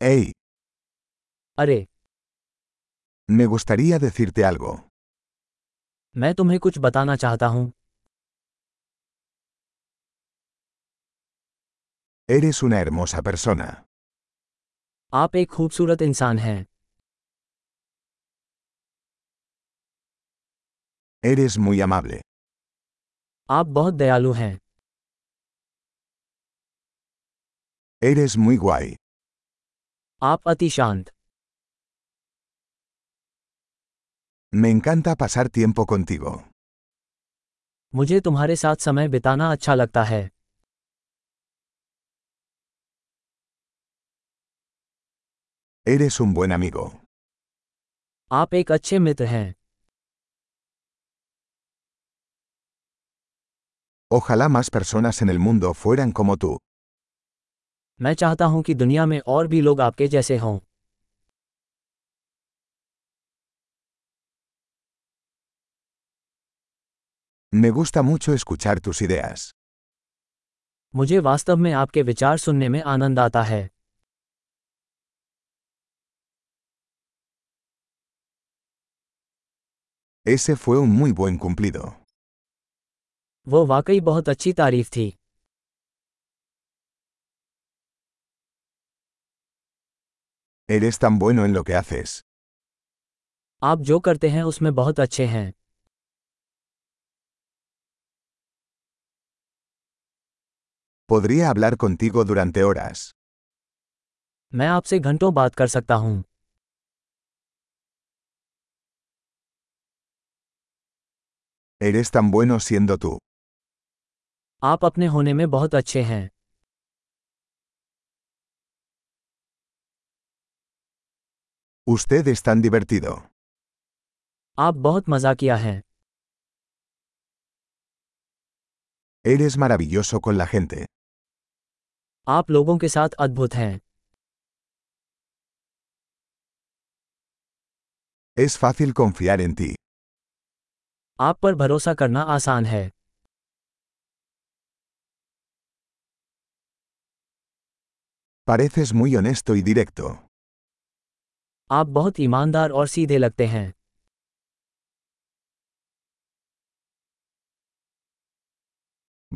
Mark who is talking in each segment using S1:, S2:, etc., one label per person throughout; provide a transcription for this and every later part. S1: Hey,
S2: अरे
S1: me gustaría decirte algo.
S2: मैं तुम्हें कुछ बताना चाहता हूँ
S1: Eres una hermosa persona.
S2: आप एक खूबसूरत इंसान हैं
S1: Eres muy amable.
S2: आप बहुत दयालु हैं
S1: Eres muy guay.
S2: आप अति शांत
S1: Me encanta pasar tiempo contigo.
S2: मुझे तुम्हारे साथ समय बिताना अच्छा लगता है
S1: Eres un buen amigo.
S2: आप एक अच्छे मित्र हैं
S1: Ojalá más personas en el mundo fueran como tú.
S2: मैं चाहता हूँ कि दुनिया में और भी लोग आपके जैसे हों
S1: Me gusta mucho escuchar tus ideas.
S2: मुझे वास्तव में आपके विचार सुनने में आनंद आता है
S1: Ese fue un muy buen cumplido.
S2: वो वाकई बहुत अच्छी तारीफ थी
S1: Eres tan bueno en lo que haces.
S2: आप जो करते हैं उसमें बहुत अच्छे हैं
S1: Podría hablar contigo durante horas.
S2: मैं आपसे घंटों बात कर सकता हूँ
S1: Eres tan bueno siendo tú.
S2: आप अपने होने में बहुत अच्छे हैं
S1: Usted es tan divertido.
S2: आप बहुत मजाकिया हैं
S1: Eres maravilloso con la gente.
S2: आप लोगों के साथ अद्भुत हैं
S1: Es fácil confiar en ti.
S2: आप पर भरोसा करना आसान है
S1: Pareces muy honesto y directo.
S2: आप बहुत ईमानदार और सीधे लगते हैं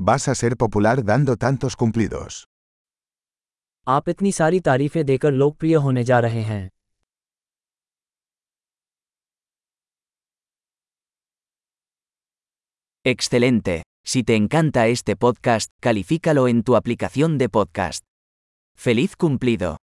S1: Vas a ser popular dando tantos cumplidos.
S2: आप इतनी सारी तारीफें देकर लोकप्रिय होने जा रहे हैं
S3: Excelente. Si te encanta este podcast, califícalo en tu aplicación de podcast. ¡Feliz cumplido!